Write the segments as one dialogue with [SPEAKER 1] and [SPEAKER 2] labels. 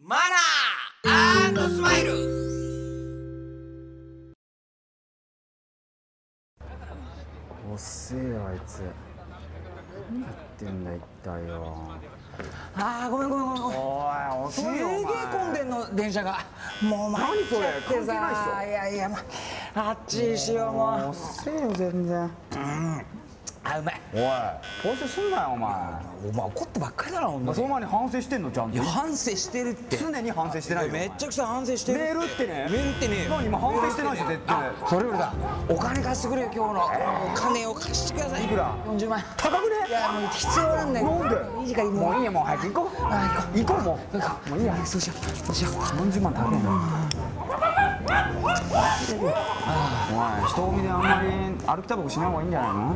[SPEAKER 1] マナーアンドスマイル
[SPEAKER 2] 遅えよあいつ何やってんだ一体よ
[SPEAKER 1] あーごめんごめんごめんごめん
[SPEAKER 2] おい
[SPEAKER 1] す
[SPEAKER 2] 遅
[SPEAKER 1] げえ混んでんの電車がもう参っちゃって
[SPEAKER 2] 何それ関係
[SPEAKER 1] さ
[SPEAKER 2] ない
[SPEAKER 1] やいや、まあ、あっちにしようもう
[SPEAKER 2] 遅えよ全然
[SPEAKER 1] あうまい
[SPEAKER 2] おい反省すんなよお前
[SPEAKER 1] お前怒ってばっかりだなほんとに
[SPEAKER 2] そんなに反省してんのちゃん
[SPEAKER 1] い
[SPEAKER 2] と
[SPEAKER 1] や反省してるって
[SPEAKER 2] 常に反省してないよお前
[SPEAKER 1] めっちゃくちゃ反省してる
[SPEAKER 2] メールってね
[SPEAKER 1] メールってねえよ
[SPEAKER 2] 何今反省してないし絶対
[SPEAKER 1] あそれよりだお金貸してくれよ今日のお金を貸してくださいい
[SPEAKER 2] くら
[SPEAKER 1] 40万円
[SPEAKER 2] 高くね
[SPEAKER 1] いやもう必要なんだよ
[SPEAKER 2] な
[SPEAKER 1] い
[SPEAKER 2] んで
[SPEAKER 1] い時間にもう
[SPEAKER 2] もういいやもう早く行こう
[SPEAKER 1] あ
[SPEAKER 2] 行こうも
[SPEAKER 1] なんかもういいやそうしようそうしよう
[SPEAKER 2] う40万高いなおい人混みであんまり歩きタバコしない方がいいんじゃないの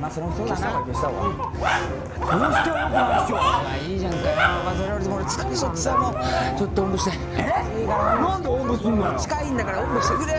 [SPEAKER 1] まあそれもそうだ
[SPEAKER 2] 消した
[SPEAKER 1] な
[SPEAKER 2] 方がいい消した方がいいこの人は良くないっしょ
[SPEAKER 1] まあいいじゃんかよまあそれよりも俺疲れちゃってさもうちょっとおんぶしていいから
[SPEAKER 2] なんでおんぶすんのよ
[SPEAKER 1] 近いんだからおんぶしてくれよ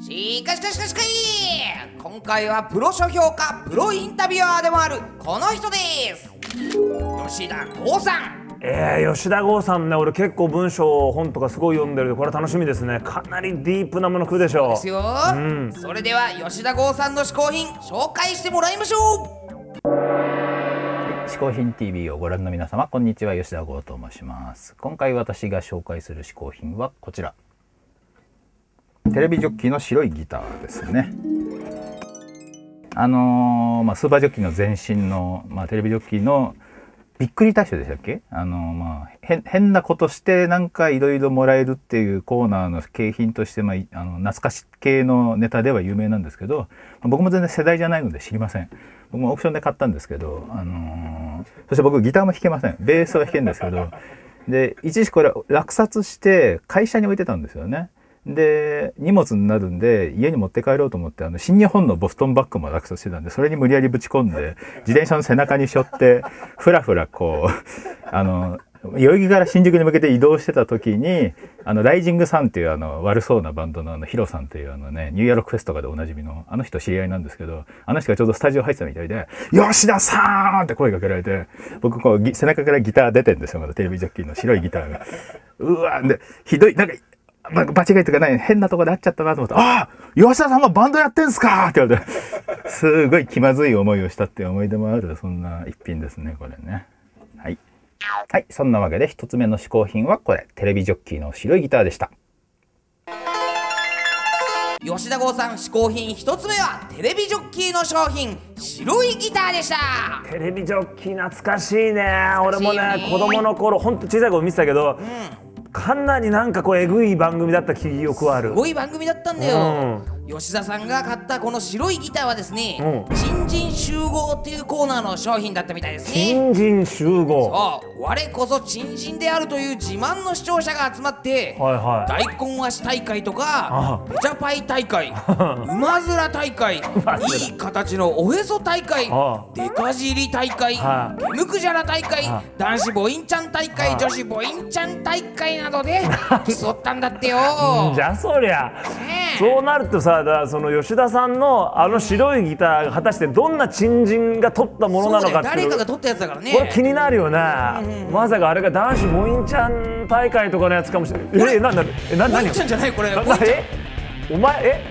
[SPEAKER 1] しかしかしかしかし今回はプロ書評家プロインタビュアーでもあるこの人です吉田剛さん
[SPEAKER 3] えー、吉田剛さんね俺結構文章本とかすごい読んでるんでこれ楽しみですねかなりディープなもの来るでしょ
[SPEAKER 1] ですよ、それでは吉田剛さんの嗜好品紹介してもらいましょう
[SPEAKER 4] 嗜好品 TV をご覧の皆様こんにちは吉田剛と申します今回私が紹介する嗜好品はこちらテレビジョッキーの白いギターですねあのーまあ、スーパージョッキーの前身の、まあ、テレビジョッキーのびっくり大賞でしたっけあのーまあ、変変なことしてなんかいろいろもらえるっていうコーナーの景品として、まあ、いあの懐かし系のネタでは有名なんですけど、まあ僕も全然世代じゃないので知りません僕もオークションで買ったんですけど、あのーそして僕ギターも弾けませんベースは弾けるんですけどで一時これ落札して会社に置いてたんですよね。で荷物になるんで家に持って帰ろうと思ってあの新日本のボストンバッグも落札してたんでそれに無理やりぶち込んで自転車の背中に背負ってふらふらこうあの代々木から新宿に向けて移動してた時にあのライジングさんっていうあの悪そうなバンドのあのヒロさんっていうあのねニューヨークフェスとかでおなじみのあの人知り合いなんですけどあの人がちょうどスタジオ入ってたみたいで「吉田さん!」って声かけられて僕こうぎ背中からギター出てんですよまだテレビジョッキーの白いギターが。うわでひどいなんかば間違いとかない変なとこで会っちゃったなと思って「ああ吉田さんもバンドやってんすか!」って言われて すごい気まずい思いをしたっていう思い出もあるそんな一品ですねこれねはい、はい、そんなわけで一つ目の嗜好品はこれテレビジョッキーの白いギターでした
[SPEAKER 1] 吉田剛さん嗜好品一つ目はテレビジョッキーの商品白いギターでした
[SPEAKER 3] テレビジョッキー懐かしいね俺も
[SPEAKER 1] 懐か
[SPEAKER 3] ね
[SPEAKER 1] しい
[SPEAKER 3] 子供の頃ほんと小さい頃見てたけど、かなりなんかこうえぐい番組だった記憶はある
[SPEAKER 1] すごい番組だったんだよ、吉田さんが買ったこの白いギターはですね、
[SPEAKER 3] う
[SPEAKER 1] 新人集合っていうコーナーの商品だったみたいですね
[SPEAKER 3] 新人集合
[SPEAKER 1] そう我こそ新人であるという自慢の視聴者が集まって、
[SPEAKER 3] はいはい
[SPEAKER 1] 大根足大会と
[SPEAKER 3] あ
[SPEAKER 1] かペチャパイ大 会馬面大会いい形のおへそ大会
[SPEAKER 3] あ
[SPEAKER 1] デカ尻大会
[SPEAKER 3] は
[SPEAKER 1] 毛むくじゃら大会
[SPEAKER 3] は
[SPEAKER 1] 男子ボインちゃん大会女子ボインちゃん大会など で競ったんだってよ
[SPEAKER 3] じゃあそりゃ
[SPEAKER 1] ねえ
[SPEAKER 3] そうなるとさだからその吉田さんのあの白いギターが果たしてどんな珍人が取ったものなのかって
[SPEAKER 1] そうだよ
[SPEAKER 3] い
[SPEAKER 1] 誰
[SPEAKER 3] う
[SPEAKER 1] かが取ったやつだからね
[SPEAKER 3] これ気になるよね、まさかあれが男子ボインちゃん大会とかのやつかもしれないえー、なんだえな
[SPEAKER 1] ボイ
[SPEAKER 3] 何
[SPEAKER 1] ンちゃんじゃないこれ
[SPEAKER 3] な
[SPEAKER 1] ボイン
[SPEAKER 3] な
[SPEAKER 1] ちゃん
[SPEAKER 3] えお前え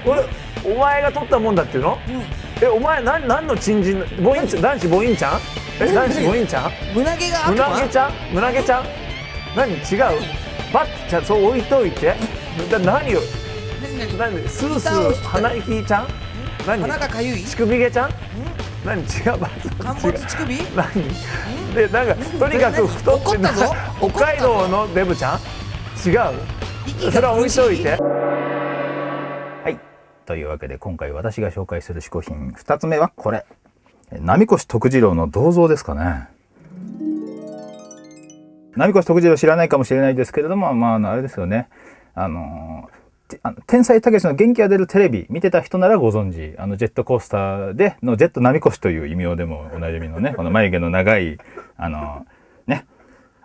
[SPEAKER 3] 俺お前が取ったもんだっていうの、えお前なん何の珍人ボインちゃん男子ボインちゃんえ男子ボインちゃん
[SPEAKER 1] 胸毛が悪魔
[SPEAKER 3] 胸毛ちゃん胸毛ちゃん何違うバッてちゃんそう置いといてだ何よ
[SPEAKER 1] 何何
[SPEAKER 3] 何スースー鼻息ちゃん何
[SPEAKER 1] 鼻がかゆい
[SPEAKER 3] 乳首毛ちゃん何違うバッ
[SPEAKER 1] 陥
[SPEAKER 3] 違
[SPEAKER 1] 没
[SPEAKER 3] う
[SPEAKER 1] 乳首
[SPEAKER 3] 何でなんかとにかく太って
[SPEAKER 1] 怒ったぞ怒
[SPEAKER 3] 北
[SPEAKER 1] ったぞ
[SPEAKER 3] 海道のデブちゃん違う
[SPEAKER 1] 息
[SPEAKER 3] それ
[SPEAKER 1] が
[SPEAKER 3] は置
[SPEAKER 1] 苦
[SPEAKER 3] い
[SPEAKER 1] し
[SPEAKER 3] といて
[SPEAKER 4] はい。というわけで今回私が紹介する嗜好品2つ目はこれ。え波越徳次郎の銅像ですかね。波越徳次郎知らないかもしれないですけれども、まああの、あれですよね。あのーてあの天才たけしの元気が出るテレビ見てた人ならご存知あのジェットコースターでのジェット波越という異名でもおなじみのねこの眉毛の長いあのーね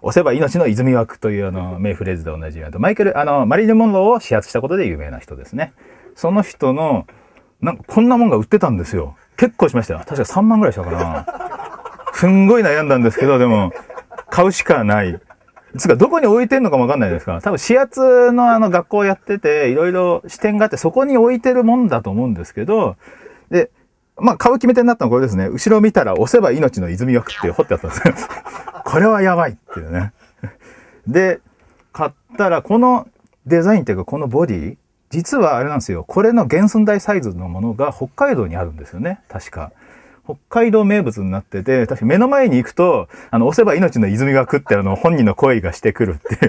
[SPEAKER 4] 押せば命の泉枠というあの名フレーズでおなじみあとマイケルあのマリリン・モンローを始発したことで有名な人ですねその人のなんかこんなもんが売ってたんですよ結構しましたよ確か3万ぐらいしたかなすんごい悩んだんですけどでも買うしかないつうかどこに置いてんのかもわかんないですから多分始発のあの学校やってていろいろ支店があってそこに置いてるもんだと思うんですけどでまあ買う決め手になったのはこれですね後ろ見たら押せば命の泉枠って掘ってあったんですよこれはやばいっていうねで買ったらこのデザインっていうかこのボディ実はあれなんですよこれの原寸大サイズのものが北海道にあるんですよね確か北海道名物になってて確か目の前に行くとあの押せば命の泉が食ってあの本人の声がしてくるってい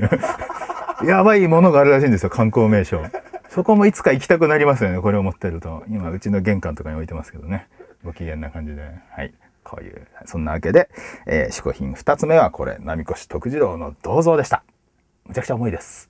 [SPEAKER 4] う やばいものがあるらしいんですよ観光名所そこもいつか行きたくなりますよねこれを持ってると今うちの玄関とかに置いてますけどねご機嫌な感じではいこういうそんなわけで、えー、嗜好品2つ目はこれ波越徳次郎の銅像でしたむちゃくちゃ重いです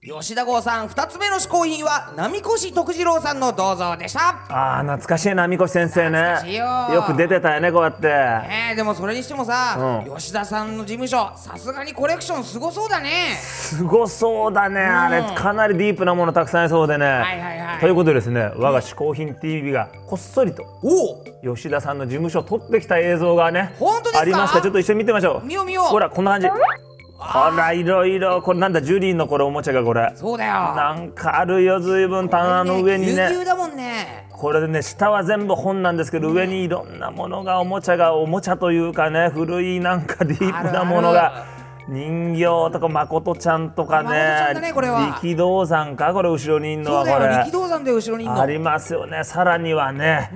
[SPEAKER 1] 吉田剛さん二つ目の嗜好品は波越徳次郎さんの銅像でした
[SPEAKER 3] ああ懐かしいなみこし先生
[SPEAKER 1] 懐かし
[SPEAKER 3] ね
[SPEAKER 1] いよ
[SPEAKER 3] よく出てたよねこうやって
[SPEAKER 1] えー、でもそれにしてもさ、
[SPEAKER 3] うん
[SPEAKER 1] 吉田さんの事務所さすがにコレクションすごそうだね
[SPEAKER 3] すごそうだねあれかなりディープなものたくさんありそうでね、
[SPEAKER 1] いはいはい
[SPEAKER 3] ということでですね我が嗜好品 TV がこっそりと
[SPEAKER 1] おお
[SPEAKER 3] 吉田さんの事務所を撮ってきた映像がね
[SPEAKER 1] 本当ですか
[SPEAKER 3] ありましたちょっと一緒に見てみましょう
[SPEAKER 1] 見よう見よう
[SPEAKER 3] ほらこんな感じほらいろいろこれなんだジュリーのこれおもちゃがこれ
[SPEAKER 1] そうだよ
[SPEAKER 3] なんかあるよ随分棚の上に
[SPEAKER 1] ぎゅうぎゅう
[SPEAKER 3] ね
[SPEAKER 1] だもんね
[SPEAKER 3] これでね下は全部本なんですけど上にいろんなものがおもちゃがおもちゃというかね古いなんかディープなもの
[SPEAKER 1] あるあ
[SPEAKER 3] が人形とか誠ちゃんとか
[SPEAKER 1] 誠ちゃんだ
[SPEAKER 3] ね
[SPEAKER 1] ねこれは
[SPEAKER 3] 力道山かこれ後ろにいんの
[SPEAKER 1] そ
[SPEAKER 3] は
[SPEAKER 1] う
[SPEAKER 3] こ
[SPEAKER 1] だよ
[SPEAKER 3] れ
[SPEAKER 1] 力道山で後ろにいんの
[SPEAKER 3] ありますよねさらにはね、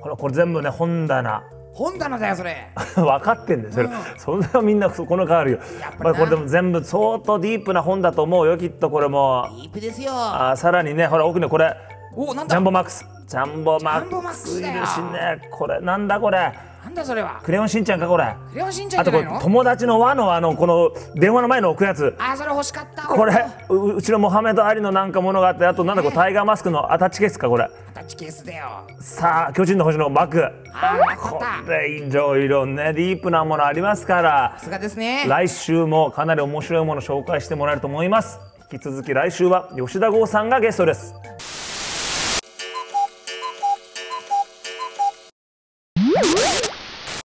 [SPEAKER 3] ほらこれ全部ね本棚
[SPEAKER 1] 本棚だよそれ
[SPEAKER 3] 分かってんですよ、そんなみんなそこの変わるよ
[SPEAKER 1] やっぱりな
[SPEAKER 3] まあこれでも全部相当ディープな本だと思うよきっとこれも
[SPEAKER 1] ディープですよ
[SPEAKER 3] あさらにねほら奥にこれ
[SPEAKER 1] おなん
[SPEAKER 3] ジャ
[SPEAKER 1] だ
[SPEAKER 3] ンボマックスジャンボマ
[SPEAKER 1] ジャンボマ
[SPEAKER 3] ッ
[SPEAKER 1] ッ
[SPEAKER 3] ク
[SPEAKER 1] ク
[SPEAKER 3] ス
[SPEAKER 1] ス
[SPEAKER 3] い
[SPEAKER 1] だよ
[SPEAKER 3] るしねこれなんだこれ
[SPEAKER 1] なんだそれは
[SPEAKER 3] クレヨンしんちゃんかこれ
[SPEAKER 1] クレヨンしんちゃ
[SPEAKER 3] あ
[SPEAKER 1] んじ
[SPEAKER 3] と
[SPEAKER 1] ゃな
[SPEAKER 3] こ
[SPEAKER 1] い
[SPEAKER 3] れ
[SPEAKER 1] の
[SPEAKER 3] 友達の輪のあのこの電話の前の置くやつ
[SPEAKER 1] あそれ欲しかった
[SPEAKER 3] これううちのモハメド・アリのなんかものがあってあとなんだこれタイガーマスクのアタッチケースかこれ
[SPEAKER 1] タッチケースだよ
[SPEAKER 3] さあ巨人の星のバッグ
[SPEAKER 1] ああこ
[SPEAKER 3] こ
[SPEAKER 1] った
[SPEAKER 3] れいろいろねディープなものありますから
[SPEAKER 1] さすがですね
[SPEAKER 3] 来週もかなり面白いもの紹介してもらえると思います引き続き来週は吉田剛さんがゲストです